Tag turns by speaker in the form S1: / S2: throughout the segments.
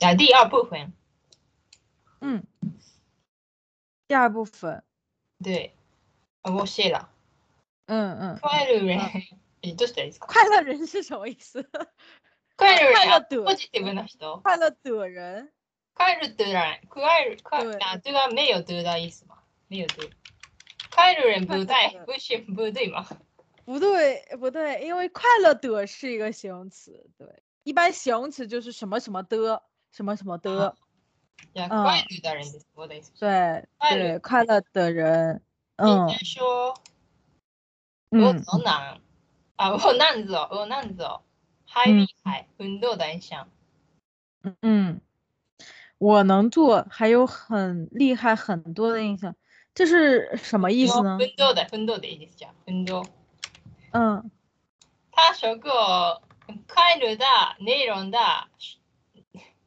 S1: 啊，第二部分，
S2: 嗯，第二部分，
S1: 对、面白いだ。
S2: 嗯嗯，
S1: 快乐人
S2: あ、
S1: え、どうしたらいいですか
S2: 快乐人是什么意思？
S1: 快乐
S2: 快乐
S1: 人、啊
S2: 的
S1: ポジティブな人。
S2: 快乐的人，
S1: 快乐的人、快乐、快
S2: 对
S1: あ、这个没有得到意思吗？没有得。快乐人不
S2: 快乐
S1: 对
S2: 的，
S1: 不行，不对嘛。
S2: 不对不对，因为快乐的是一个形容词，对，一般形容词就是什么什么的，什么什么
S1: 啊
S2: 的，
S1: いや、
S2: 嗯
S1: 快乐的人です。我的意思。
S2: 对
S1: 快乐
S2: 对，快乐的人，
S1: 人
S2: 嗯
S1: 家说我
S2: 嗯，
S1: 走难啊，我难走，我难走。还
S2: 嗯
S1: 厉害，很多人想。
S2: 嗯，我能做，还有很厉害很多的印象，这是什么意思呢？
S1: 運動だ、運動でいいですじゃあ。運動。
S2: 嗯
S1: 他食を、カエルだ、ネイロンだ、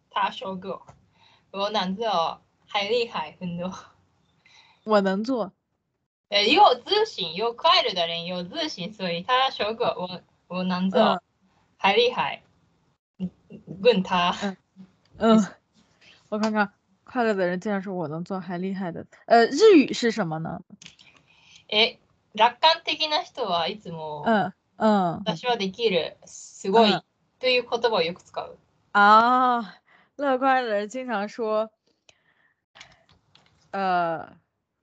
S1: 他食を。我能做，还厉害很多。
S2: 我能做，
S1: 呃， 有自信，有快乐的人有自信，所以他说过我我能
S2: 嗯
S1: 做，还厉害。问他，
S2: 嗯，我看看，快乐的人竟然是我能做还厉害的。呃，日语是什么呢？
S1: え、楽観的な人はいつも
S2: 嗯嗯
S1: 私はできる、すご
S2: うん
S1: いという言葉をよく使う。
S2: 啊，乐观的人经常说，呃，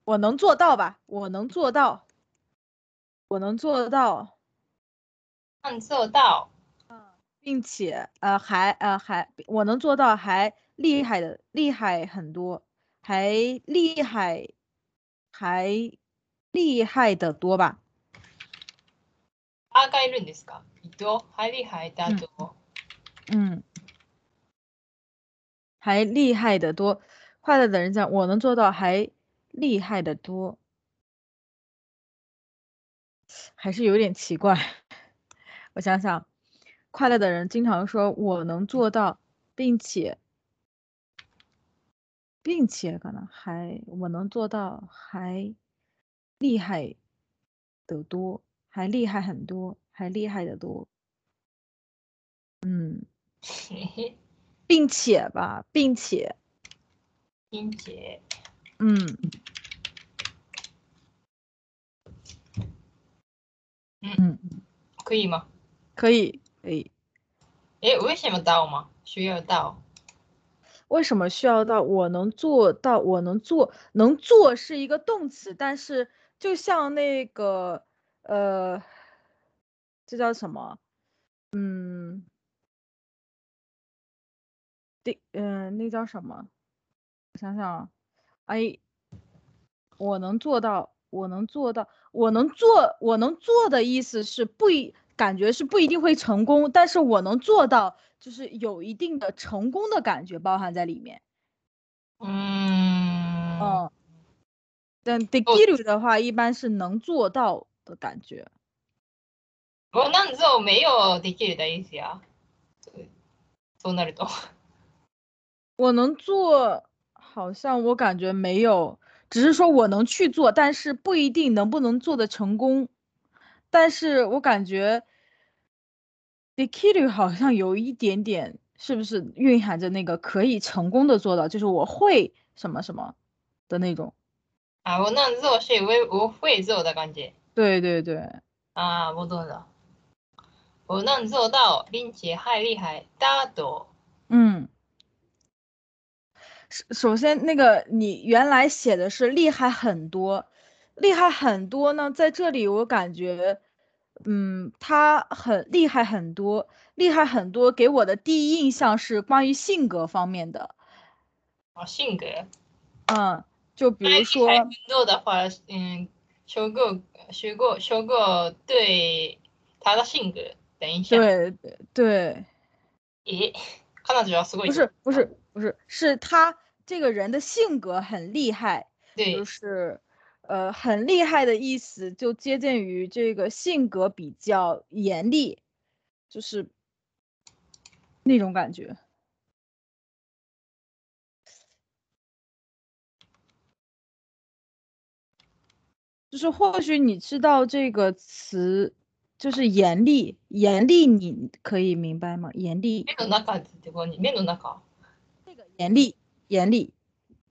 S2: 我能做到吧，我能做到，我能做到，
S1: 能做到，
S2: 并且呃还呃还我能做到还厉害的厉害很多，还厉害还厉害的多吧。
S1: あがいるんですか人、はいりはいだと。
S2: 嗯，还厉害的多。快乐的人讲，我能做到还厉害的多，还是有点奇怪。我想想，快乐的人经常说我能做到，并且，并且可能还我能做到还厉害的多，还厉害很多，还厉害的多。嗯。 并且吧，并且，
S1: 并且
S2: 嗯嗯，
S1: 可以吗？
S2: 可以可以。
S1: え、为什么到吗？需要到。
S2: 为什么需要到我能做到？我能做，能做是一个动词，但是就像那个呃，这叫什么？嗯，对，嗯、那叫什么？我想想啊，哎，我能做到，我能做到，我能做，我能做的意思是不一，感觉是不一定会成功，但是我能做到，就是有一定的成功的感觉包含在里面。
S1: うーん。
S2: 嗯，但 d e g i r 的话一般是能做到的感觉。
S1: 我なんぞ没有できるだいいですよ。そうなると。
S2: 我能做，好像我感觉没有，只是说我能去做，但是不一定能不能做的成功。但是我感觉 d e k i r 好像有一点点，是不是蕴含着那个可以成功的做到，就是我会什么什么的那种。
S1: あ、我なんぞ是我我会做的感じ。
S2: 对对对，
S1: あ、我懂了。我能做到，并且还厉害。だと。
S2: 嗯。首首先，那个你原来写的是厉害很多，厉害很多呢，在这里我感觉，嗯，他很厉害很多，厉害很多给我的第一印象是关于性格方面的，
S1: あ、性格。
S2: 嗯，就比
S1: 还
S2: 如
S1: 厉
S2: 说，
S1: 害很多的话，嗯，说过说过说过对他的性格。等一下。
S2: 对对，
S1: え、彼女はすごい。
S2: 不是不是不是，是他这个人的性格很厉害，
S1: 对
S2: 就，是，呃，很厉害的意思，就接近于这个性格比较严厉，就是那种感觉。就是或许你知道这个词，就是严厉，严厉，你可以明白吗？严厉，
S1: 目の中ってここに目の中。
S2: 这个严厉，严厉，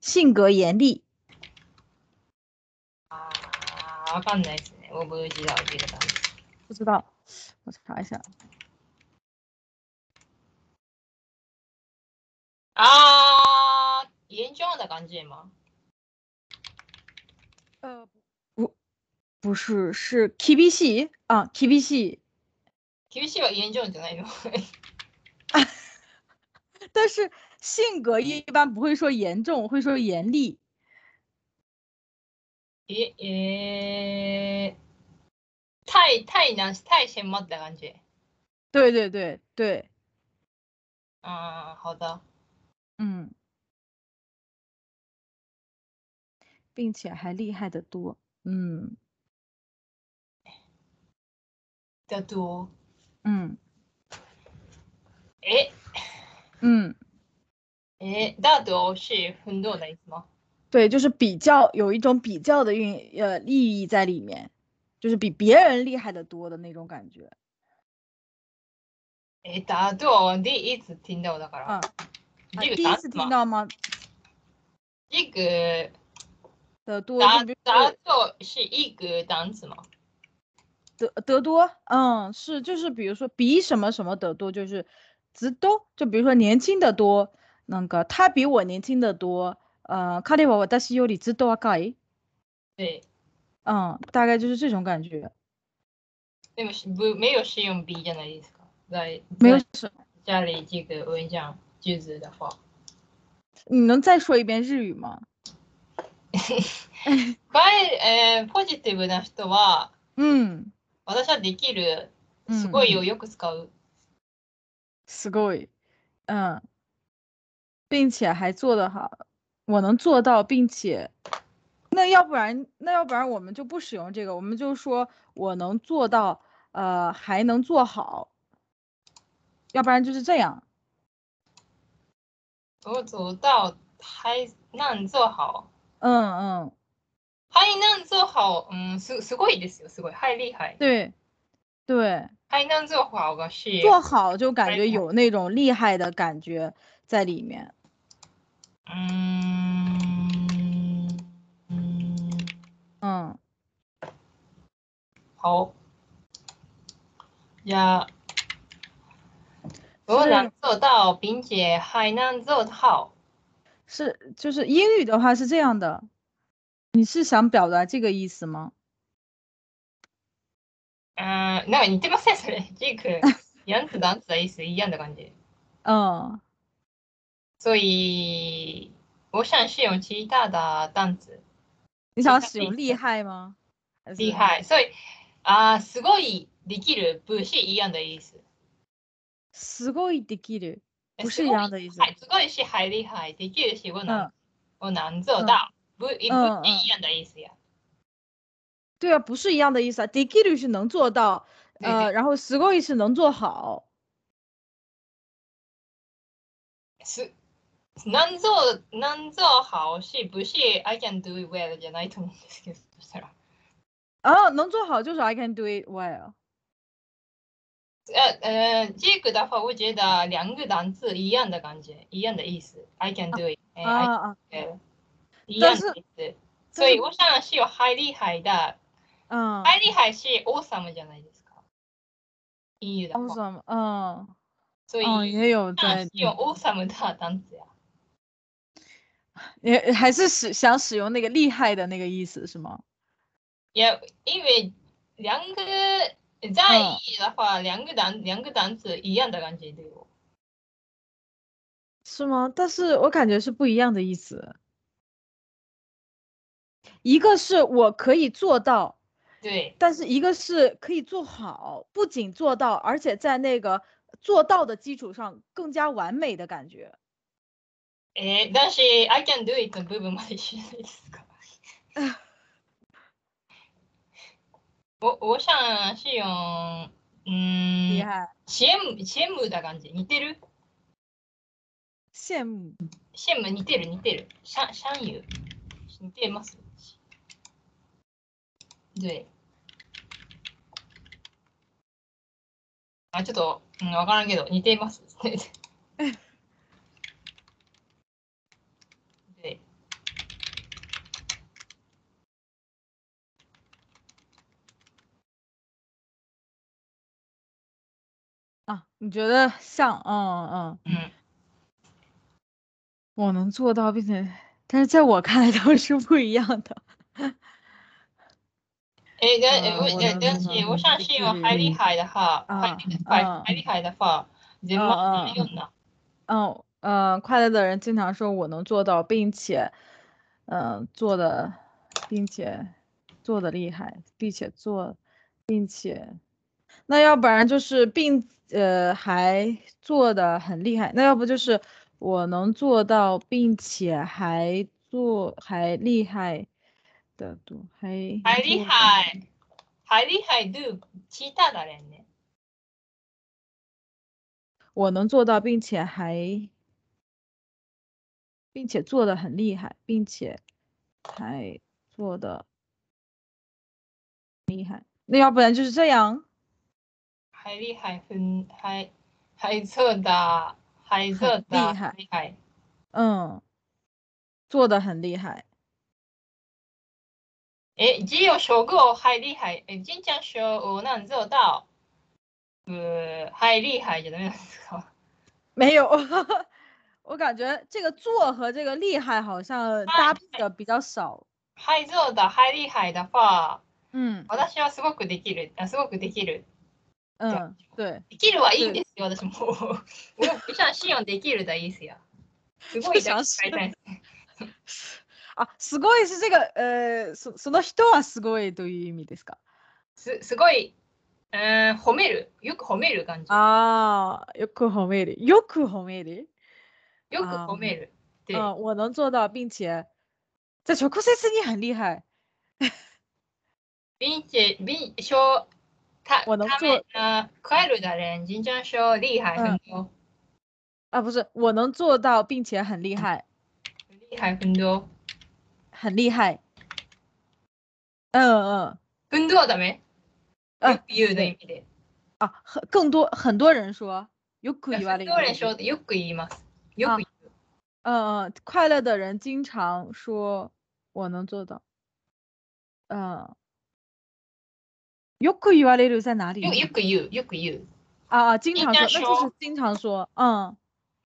S2: 性格严厉。
S1: あー、わかんないですね。我不知道这个单词。
S2: 不知道，我查一下。
S1: あー、严重的感じ吗？
S2: 呃，不，不是，是 K B 系啊，K B 系。
S1: 厳しいは严重じゃないの。
S2: 但是性格一
S1: 嗯
S2: 般不会说严重，会说严厉。
S1: え、えー、タイ、タイなんし、タイ迫った感じ。
S2: 对对对对，
S1: あー、好的。
S2: 嗯，并且还厉害的多。嗯
S1: だと、
S2: 嗯
S1: え、
S2: 嗯，
S1: え、だと是很多的意思吗？
S2: 对，就是比较有一种比较的运呃意义在里面，就是比别人厉害的多的那种感觉。
S1: え、だと、第一次听到だから。
S2: 啊，啊
S1: 这个
S2: 第一
S1: 单
S2: 次
S1: 词
S2: 听
S1: 嘛，
S2: 到吗？
S1: 这个
S2: 的多，
S1: 达
S2: 就比如
S1: 达做是一个单词嘛？
S2: 德德多，嗯，是就是比如说比什么什么得多，就是子多，就比如说年轻的多，那个他比我年轻的多，呃，彼は私よりずっと若い，
S1: 对，
S2: 嗯，大概就是这种感觉，
S1: 那个是不没有使用 be じゃないですか？在
S2: 没有
S1: 在
S2: 什
S1: 家里这个文章句子的话，
S2: 你能再说一遍日语吗？
S1: かええーポジティブな人は
S2: 嗯，
S1: 私はできる
S2: 嗯
S1: すごいをよく使う。
S2: すごい，嗯，并且还做得好，我能做到，并且，那要不然那要不然我们就不使用这个，我们就说我能做到，呃，还能做好，要不然就是这样，
S1: 我做到还能做好，
S2: 嗯嗯，
S1: 还能做好，嗯，すすごいですよ、すごい、はい厉害。
S2: 对对，
S1: 还能做好が是
S2: 做好就感
S1: 哎
S2: 觉
S1: 呀
S2: 有那种厉害的感觉在里面，
S1: 嗯嗯，
S2: 嗯，
S1: 好。じゃあ、我
S2: 是
S1: 能做到，并且还能做好。
S2: 是就是英语的话是这样的，你是想表达这个意思吗？
S1: 嗯，なんか似てませんそ れ。ジーク、やんとダンスだいいっす、一样的感じ。
S2: 嗯
S1: 所以，我想使用其他的单词。，
S2: 你
S1: 其
S2: 想
S1: 他
S2: 使
S1: 的
S2: 用
S1: 意
S2: 厉
S1: 思
S2: 害吗？还
S1: 厉
S2: 是
S1: 害。所以、あーすごいできる不是一样的意思。
S2: すごいできる，不
S1: す
S2: 是一
S1: ごい
S2: 样的意思。
S1: はい、すごいし、はい、厉害。できるし、我能
S2: 嗯，
S1: 我能做到。不，不是一
S2: 嗯嗯
S1: 样的意思呀。
S2: 对啊，不是一样的意思啊。できる是能做到，
S1: 对
S2: 呃，然后すごい是能做好，
S1: すなんぞ、なんぞ好し、不是 I can do it well じゃないと思うんですけど、そしたら。
S2: 啊，能做好就是 I can do it well。
S1: 呃呃，这个的话，我觉得两个单词一样的感觉，一样的意思。I can do it，哎、
S2: 啊
S1: i can
S2: 啊，
S1: do it well，一
S2: 但
S1: 样的
S2: 是
S1: 意思。
S2: 但
S1: 所以
S2: 是
S1: 我想是有嗨厉害的，
S2: 嗯
S1: 嗨厉害是 awesome じゃないですか。英语的话，
S2: ，awesome，嗯，
S1: 所以
S2: 哦，也有
S1: 想
S2: 在
S1: 是，用 awesome 的单词呀。
S2: 也还是使想使用那个厉害的那个意思是吗？
S1: 也因为两个在一起的话，两个单两个单词一样的感觉对我。
S2: 是吗？但是我感觉是不一样的意思。一个是我可以做到，
S1: 对
S2: 但是一个是可以做好，不仅做到，而且在那个做到的基础上更加完美的感觉。
S1: えー、だし、I can do it の部分まで一緒じゃないですか。我我想是用，
S2: 厉
S1: 嗯，
S2: 害，
S1: 羡慕羡慕的感じ似てる？
S2: 羡慕。
S1: 羡慕似てる似てる。像像有似てます。对。 あちょっと、うん、わからんけど似てます。
S2: 啊，你觉得像，嗯嗯，
S1: 嗯，
S2: 我能做到，并且，但是在我看来都是不一样的。
S1: 诶，但
S2: 啊
S1: 诶我
S2: 我
S1: 诶
S2: 能
S1: 但
S2: 明
S1: 是
S2: 白
S1: 我相信我还厉害的话，还
S2: 啊
S1: 厉害
S2: 啊
S1: 还厉害的话，怎
S2: 啊
S1: 么
S2: 啊
S1: 用呢？
S2: 嗯呃，快乐的人经常说我能做到，并且，呃，做的，并且做的厉害，并且做，并且，那要不然就是并呃还做的很厉害，那要不就是我能做到，并且还做还厉害的多，还
S1: 还厉害，还厉害的其他的人呢？
S2: 我能做到，并且还，并且做的很厉害，并且还做的厉害。那要不然就是这样，
S1: 还厉害很还还做的还做
S2: 很
S1: 的
S2: 厉害
S1: 厉害，
S2: 嗯，做的很厉害。
S1: 诶，只有说过还厉害，诶，经常说我能做到，呃，还厉害じゃダメなんですか？
S2: 没有， 我感觉这个做和这个厉害好像搭配的比较少。
S1: はい、そうだ、はい、リーハイだ、ファー。
S2: 嗯
S1: 私はすごくできる。あすごくできる。
S2: 嗯，对，
S1: できるはいいんですよ、私も。我不想信用できるだ、いいですよ。すごい だけ使いたい。
S2: 啊，すごい是这个呃，そその人はすごいという意味ですか？
S1: すすごい、うーん、褒める。よく褒める感じ。
S2: 啊，よく褒める、よく褒める。
S1: よく褒める。って、
S2: 嗯，我能做到，并且在球库塞斯你很厉害。
S1: ビンチェ、ビン、ショー、た、
S2: 我能
S1: た
S2: 做
S1: めな、カエルだれん、ジンジャンショー、リーハイ、
S2: うん
S1: フンド。
S2: 啊，不是，我能做到，并且很厉害，
S1: リーハイ、フンド。
S2: 很厉害。嗯嗯
S1: フンドはダメ
S2: あ
S1: よく言うの意味で。
S2: 啊，很更多很多人说有 苦
S1: フ
S2: 言われ
S1: ン
S2: る
S1: ドレンショーってよく言います。よく言う。
S2: 嗯嗯，快乐的人经常说我能做到。嗯，有苦言われる在哪里呢
S1: よよく言う。よく言う。
S2: 啊啊，经
S1: 经
S2: 常说，
S1: 常
S2: 那就
S1: 说
S2: 是经常说，嗯，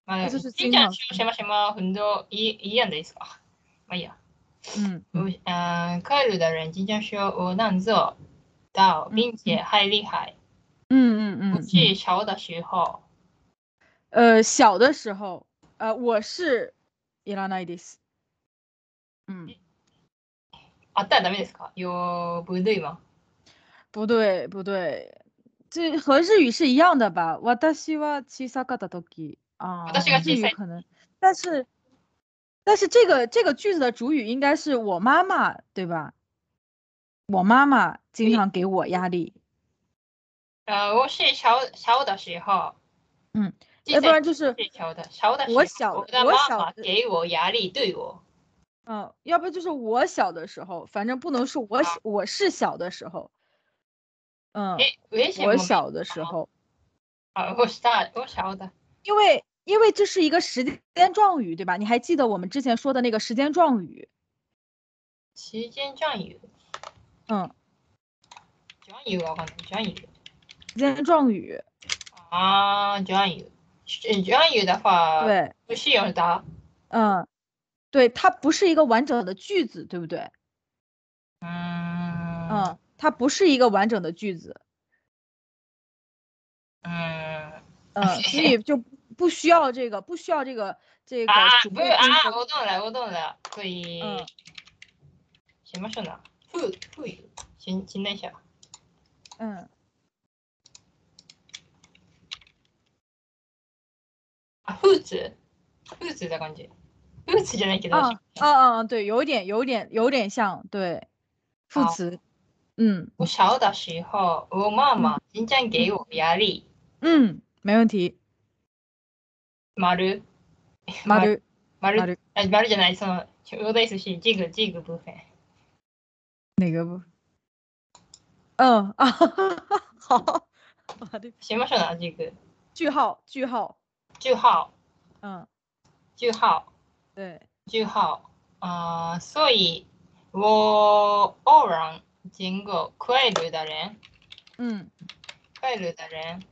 S1: まあ、
S2: あそうそう
S1: じいちゃん、しましま、ふんど、いい、いいやんですか。まあ、いいや。
S2: 嗯
S1: うあー帰るだろ、じいちゃん、しょ、おなんぞ、だ、
S2: うん
S1: びんち、はい、りはい。
S2: 嗯嗯
S1: う
S2: 嗯，
S1: ち、しょうだしほ。
S2: 呃，小的时候，呃，我是伊拉奈迪斯。嗯，
S1: あったらダメですかよー、ぶどいま。
S2: 不对，不对，这和日语是一样的吧？私は小さかった時啊，
S1: 私が
S2: 日
S1: 小さ
S2: 语
S1: い
S2: 可能，但是，但是这个这个句子的主语应该是我妈妈，对吧？我妈妈经
S1: 诶
S2: 常给我压力，
S1: あおし、しょう、しょうだしほ。
S2: うん。
S1: 小
S2: 要嗯呃不
S1: さい
S2: 然就是，
S1: 時、しょうだ、しょうだしほ。
S2: 我小
S1: 我的
S2: 我
S1: 妈
S2: 小
S1: 妈给我压力、对我。
S2: 嗯、要不就是我小的时候，反正不能是我小我是小的时候，嗯，
S1: え、嬉しいも
S2: 我
S1: ん。
S2: 小的
S1: 哦
S2: 时候。
S1: あ、啊我した、我しょうだ。
S2: 因为因为这是一个时间状语，对吧？你还记得我们之前说的那个时间状语？
S1: 時間ジャンユ。
S2: 嗯，
S1: ジャンユわかんない。ジャンユ。
S2: 时间状语，
S1: 啊，专业，专业的话，，
S2: 对，
S1: 不是有的，
S2: 嗯，对，它不是一个完整的句子，对不对？
S1: 嗯
S2: 嗯，它不是一个完整的句子，
S1: 嗯
S2: 嗯，所以就不需要这个，不需要这个这个
S1: 啊，
S2: 主
S1: 不
S2: 谓
S1: 是
S2: 宾
S1: 啊，
S2: 和，
S1: 我懂了，我懂了，所以
S2: 嗯，
S1: 什么说呢？富富裕，现现在想，
S2: 嗯
S1: 啊，富子，富子的感觉，富子じゃないけど、
S2: 啊啊啊，啊对，有一点，有一点，有点像，对，副
S1: 好
S2: 词，嗯
S1: 我小的时候，我妈妈经常给我压力，
S2: 嗯，没问题，
S1: 丸る
S2: 马
S1: 丸
S2: 驴
S1: 丸
S2: 丸
S1: あ丸じゃない、そのちょうどいい寿司、ジグジグ部分。
S2: 哪个不？嗯 啊，好，马驴
S1: 什么说呢？ジグ
S2: 句号句号，
S1: 句号
S2: 嗯，
S1: 句号。
S2: 对，
S1: 句号啊、呃所以我偶然经过快乐的人，
S2: 嗯
S1: 快乐的人，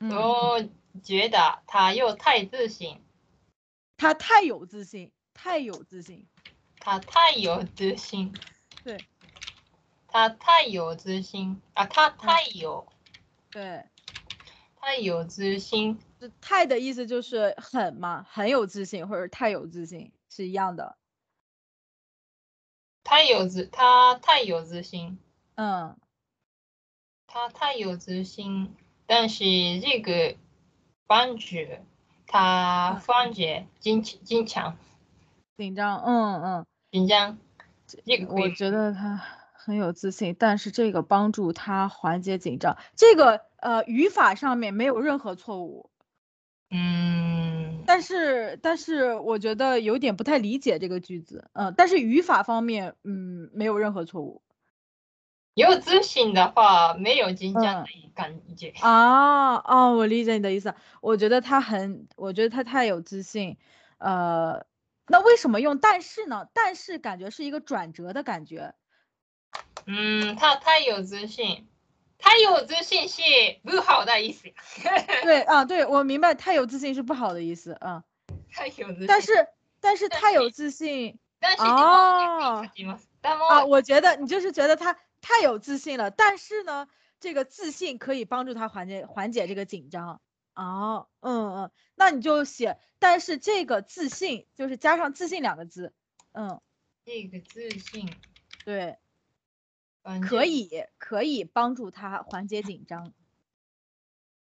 S2: 嗯，
S1: 我觉得他又太自信，
S2: 他太有自信，太有自信。
S1: 他太有自信，
S2: 对，
S1: 他太有自信啊，他太有
S2: 对，嗯
S1: 太有自信，
S2: 这太的意思就是很嘛，很有自信，或者太有自信是一样的。
S1: 太有自他太有自信，
S2: 嗯，
S1: 他太有自信，但是这个班主他
S2: 嗯
S1: 放着经经常
S2: 紧张，嗯嗯，
S1: 紧张，这个
S2: 我
S1: 规
S2: 觉得他很有自信，但是这个帮助他缓解紧张。这个呃语法上面没有任何错误，
S1: 嗯
S2: 但是但是我觉得有点不太理解这个句子，嗯、但是语法方面嗯没有任何错误
S1: 有自信的话没有紧张
S2: 嗯
S1: 的感觉，
S2: 啊哦，我理解你的意思，我觉得他很，我觉得他太有自信，呃，那为什么用但是呢？但是感觉是一个转折的感觉，
S1: 嗯，他太有自信，太有自信是不好的意思，
S2: 对啊，对我明白，太有自信是不好的意思啊。
S1: 太有自信。
S2: 但是但是
S1: 但
S2: 太有
S1: 是
S2: 自信
S1: 但是
S2: 哦
S1: でもでも
S2: 啊，我觉得你就是觉得他太有自信了，但是呢，这个自信可以帮助他缓解缓解这个紧张。哦，嗯嗯，那你就写，但是这个自信就是加上自信两个字，嗯，
S1: 这个自信
S2: 对，
S1: 嗯
S2: 可。以可以帮助他缓解紧张，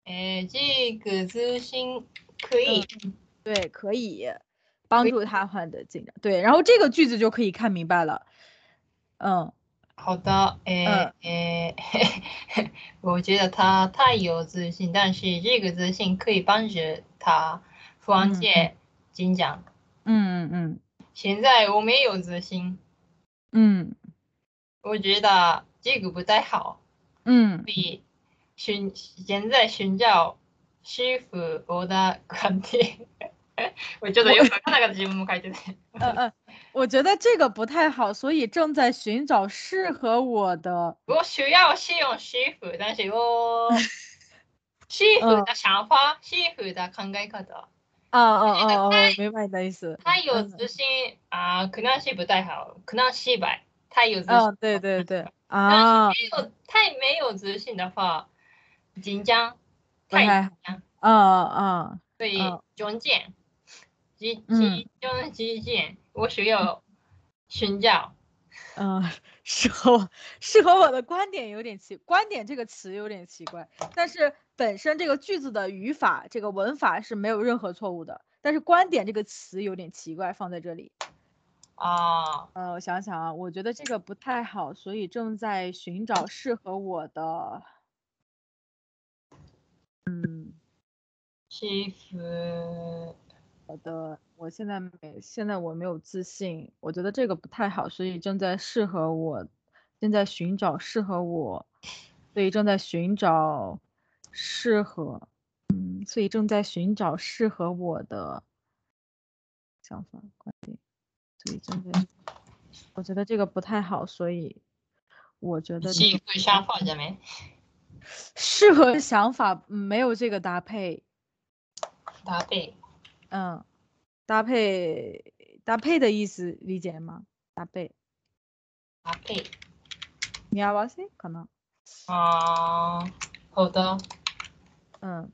S1: 哎，这个自信可以。
S2: 嗯对，可以帮
S1: 以
S2: 助他缓解紧张，对，然后这个句子就可以看明白了，嗯，
S1: 好的，哎哎， 我觉得他太有自信，但是这个自信可以帮助他缓解紧张。
S2: 嗯嗯
S1: 现在我没有自信，
S2: 嗯
S1: 我觉得这个不太好。
S2: 嗯
S1: 所以寻现在寻找师傅我的观点。我觉得よくわからなかった自分も書いてて。
S2: 嗯嗯嗯，我觉得这个不太好，所以正在寻找适合我的。
S1: 我需要使用师傅，但是我师傅的想法、师傅的考え方，
S2: 啊啊
S1: 这个
S2: 啊！啊
S1: 太
S2: 我明白你的意思。
S1: 太有自信啊，可能是不太好，可能失败。太有自信，
S2: 嗯、对对对啊
S1: 但，是没有太没有自信的话，紧张，
S2: 不
S1: 太
S2: 太
S1: 紧张，
S2: 啊啊，
S1: 所以
S2: 嗯
S1: 中间，集
S2: 嗯
S1: 集中集间，我需要寻找
S2: 嗯，适合我，适合我的观点有点奇，观点这个词有点奇怪，但是本身这个句子的语法、这个文法是没有任何错误的，但是观点这个词有点奇怪，放在这里。
S1: 啊，
S2: 呃，我想想啊，我觉得这个不太好，所以正在寻找适合我的。嗯，
S1: 师傅，
S2: 我的，我现在没，现在我没有自信，我觉得这个不太好，所以正在适合我，正在寻找适合我，所以正在寻找适合，嗯，所以正在寻找适合我的想法观点，所以正在，我觉得这个不太好，所以我觉得这
S1: 师
S2: 个
S1: 傅想法じゃない
S2: 适合想法嗯没有这个搭配，
S1: 搭配。
S2: 嗯，搭配搭配的意思理解吗？搭配。
S1: 搭配
S2: 你合わせ可能，
S1: 啊，好的，
S2: 嗯，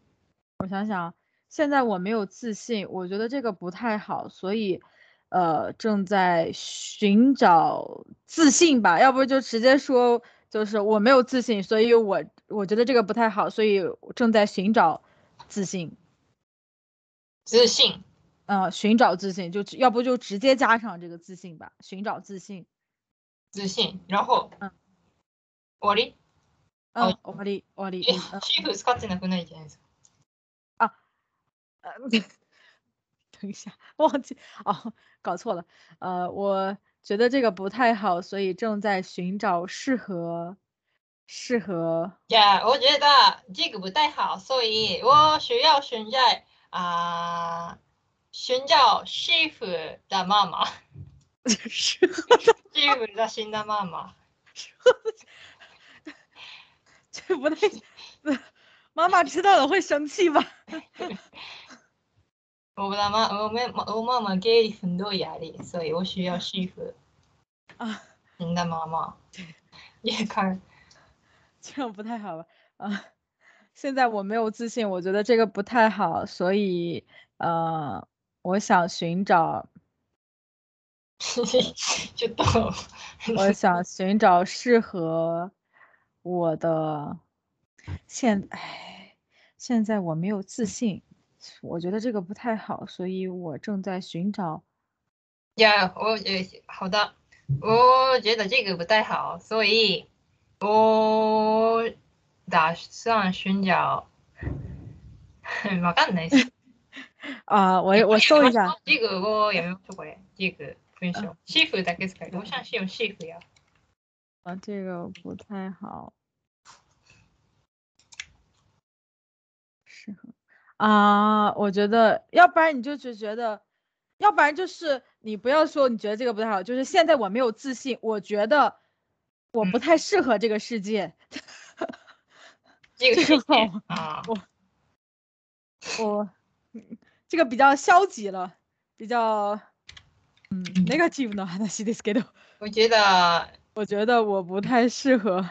S2: 我想想啊，现在我没有自信，我觉得这个不太好，所以，呃，正在寻找自信吧，要不就直接说，就是我没有自信，所以我我觉得这个不太好，所以我正在寻找自信，
S1: 自信
S2: 嗯、寻找自信，就直要不就直接加上这个自信吧，寻找自信，
S1: 自信，然后
S2: 嗯
S1: 終わり
S2: 嗯，
S1: 哦
S2: 終わり終わり，
S1: え
S2: 嗯
S1: シーフ使ってなくないじゃないですか。
S2: 呃， 等一下，忘记哦，搞错了。呃，我觉得这个不太好，所以正在寻找适合、适合。
S1: いや、我觉得这个不太好，所以我需要寻找啊，寻找师傅的妈妈，
S2: 适合的，
S1: 师傅的新的妈妈。
S2: 这不太，妈妈知道了会生气吧？
S1: 我的妈，我们我妈妈给很多压力，所以我需要幸福。
S2: 啊，
S1: 你的妈妈也看，
S2: 这样不太好吧？啊，现在我没有自信，我觉得这个不太好，所以呃，我想寻找，
S1: 就懂。
S2: 我想寻找适合我的。现，唉，现在我没有自信，我觉得这个不太好，所以我正在寻找。
S1: 呀，我也好的，我觉得这个不太好，所以我打算寻找。 わかんないです。
S2: 啊，我我搜一下。
S1: 这个我也没有说过耶，这个分手。シーフだけ使う。我想是用シーフ呀。
S2: 啊，这个不太好。适合啊，我觉得，要不然你就只觉得，要不然就是你不要说你觉得这个不太好，就是现在我没有自信，我觉得我不太适合这个世界。
S1: 这个
S2: 这个好
S1: 好啊，
S2: 我我嗯这个比较消极了，比较嗯 negative の話ですけど，
S1: 我觉得
S2: 我觉得我不太适合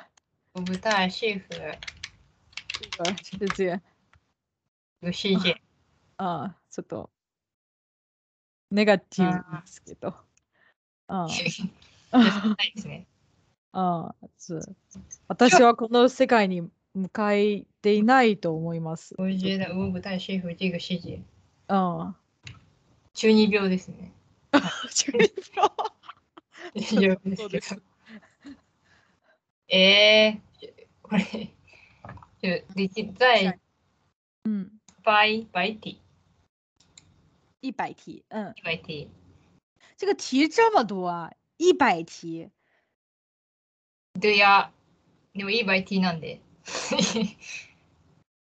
S1: 我不太适合
S2: 这个世界。啊
S1: 这个世界。
S2: あーちょっと、ネガティ
S1: 嗯
S2: ブですけど。あー
S1: ないですね。
S2: あーず啊私はこの世界に向かいていないと思います。
S1: 我觉得我不太适合这个世界。
S2: あ
S1: 中二病ですね。
S2: ー中二病
S1: 大丈夫ですけど。えー、これ、ちょ、でき、在
S2: うん。
S1: 白白体
S2: 一百题，嗯，
S1: 白体，
S2: 这个题这么多啊，一百题，
S1: 对呀，でもいい白体なんで。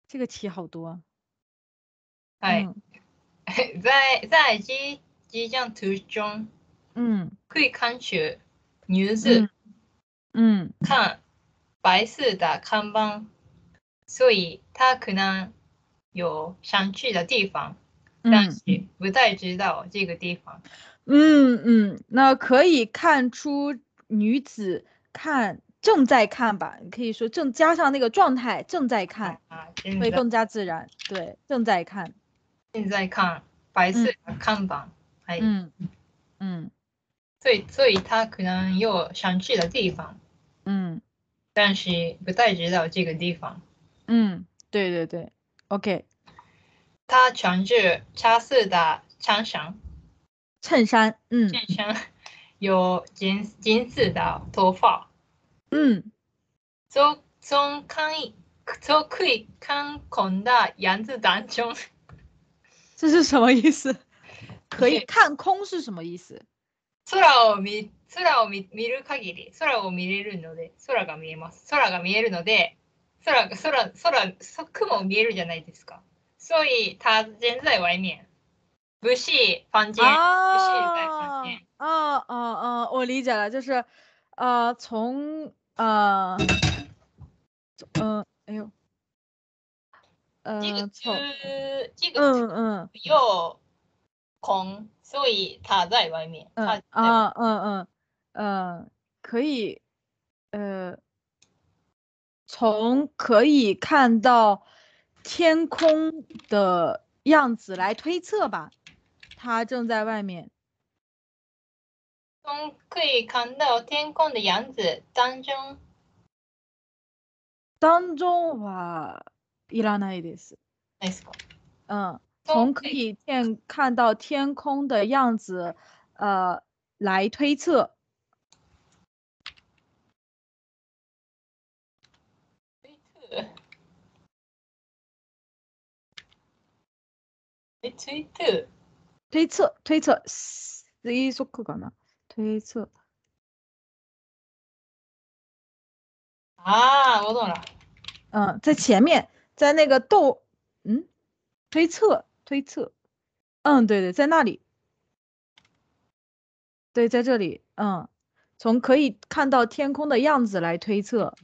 S2: 这个题好多。啊
S1: はい。在在即即将途中
S2: 嗯，
S1: 可以看出ニュー
S2: 嗯
S1: ス
S2: 嗯
S1: 看白色的看板，所以他可能有想去的地方，
S2: 嗯
S1: 但是不太知道这个地方。
S2: 嗯嗯，那可以看出女子看正在看吧，你可以说正加上那个状态正在看，
S1: 啊，现
S2: 会
S1: 在
S2: 更加自然。对，正在看。
S1: 现在看白色的看板，哎、
S2: 嗯嗯
S1: 所以所以他可能有想去的地方，
S2: 嗯
S1: 但是不太知道这个地方。
S2: 嗯，对对对，OK。
S1: 他穿着茶色的长衫，
S2: 衬衫，嗯
S1: 衬衫有金金色的头发。
S2: 嗯
S1: 从从看从可以看空的样子当中，
S2: 这是什么意思？ 可以看空是什么意思？
S1: 空を見空を見見る限り空を見れるので空が見えます。空が見えるので空が空空そ雲見えるじゃないですか。所以它现在外面不是房
S2: 哦
S1: 间，不是在房
S2: 啊
S1: 间。
S2: 啊啊啊！我理解了，就是，呃，从呃，嗯、呃，哎呦，
S1: 这个啊
S2: 呃，
S1: 字
S2: 从，
S1: 这个字
S2: 嗯嗯
S1: 有空，所以它在外面。它
S2: 嗯
S1: 在外
S2: 啊嗯嗯嗯，可以，呃，从可以看到天空的样子来推测吧，他正在外面。
S1: 从可以看到天空的样子当中。
S2: 当中はいらないです。
S1: ないですか
S2: 嗯，
S1: 都
S2: 从可
S1: 可以
S2: 以见看到天空的样子，呃，来推测。
S1: え、ツイトゥ
S2: 推测推测推測かな推测
S1: ああ、我懂了。
S2: 嗯，在前面，在那个逗嗯，推测推测，嗯，对对，在那里，对，在这里，嗯，从可以看到天空的样子来推测，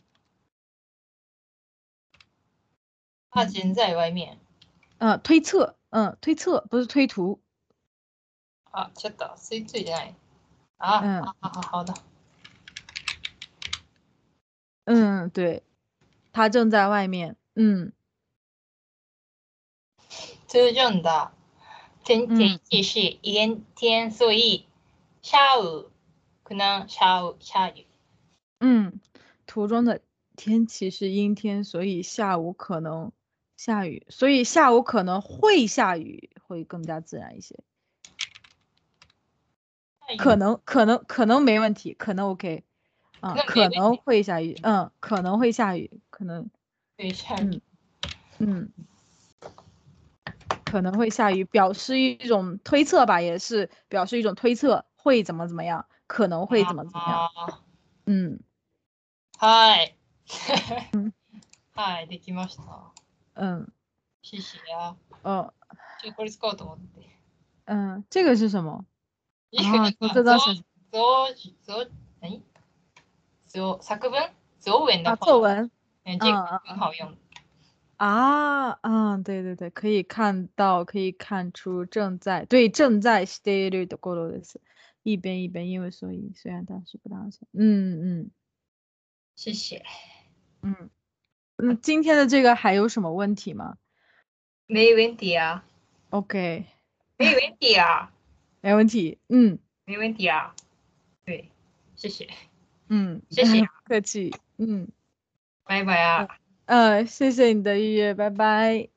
S1: 他人在外面。
S2: 嗯，推测，嗯，推测不是推图，
S1: あ、ちょっと、吸い付いてない。あ、
S2: うん
S1: あ、あ、好的。
S2: 嗯，对，他正在外面，嗯，
S1: 通常だ。天
S2: うん
S1: 天气是炎天，所以下午可能下午下雨。
S2: 嗯，途中的天气是阴天，所以下午可能下雨，所以下午可能会下雨，会更加自然一些。
S1: 嗯
S2: 可能，可能，可能没问题，可能 OK，
S1: 那
S2: 啊、
S1: 没
S2: 可
S1: 问
S2: 能
S1: 题
S2: 会下雨，嗯，可能会下雨，可能，
S1: 对下雨。
S2: 嗯，可能会下雨，表示一种推测吧，也是表示一种推测，会怎么怎么样，可能会怎么怎么样，
S1: あ
S2: 嗯
S1: ーはい。 はい、できました。
S2: 嗯
S1: 谢谢啊。
S2: 哦
S1: ちょっとこれ使おうと思って。
S2: 嗯，这个是什么？
S1: いや
S2: 啊，
S1: なん
S2: 说
S1: か
S2: 这道
S1: 造
S2: 是
S1: 造造何？造哎作文？造文的
S2: 啊作文
S1: 嗯，这个
S2: 嗯
S1: 很好用。
S2: 啊，嗯，对对对，可以看到，可以看出正在对正在 stay るところです，一边一边，因为所以虽然但是不当下，嗯嗯
S1: 谢谢。
S2: 嗯嗯，今天的这个还有什么问题吗
S1: 没问题啊，
S2: ？OK，
S1: 没问题啊，
S2: 没问题，嗯
S1: 没问题啊。对，谢谢，
S2: 嗯，
S1: 谢谢
S2: 不客气，嗯
S1: 拜拜啊。
S2: 呃，谢谢你的预约，拜拜。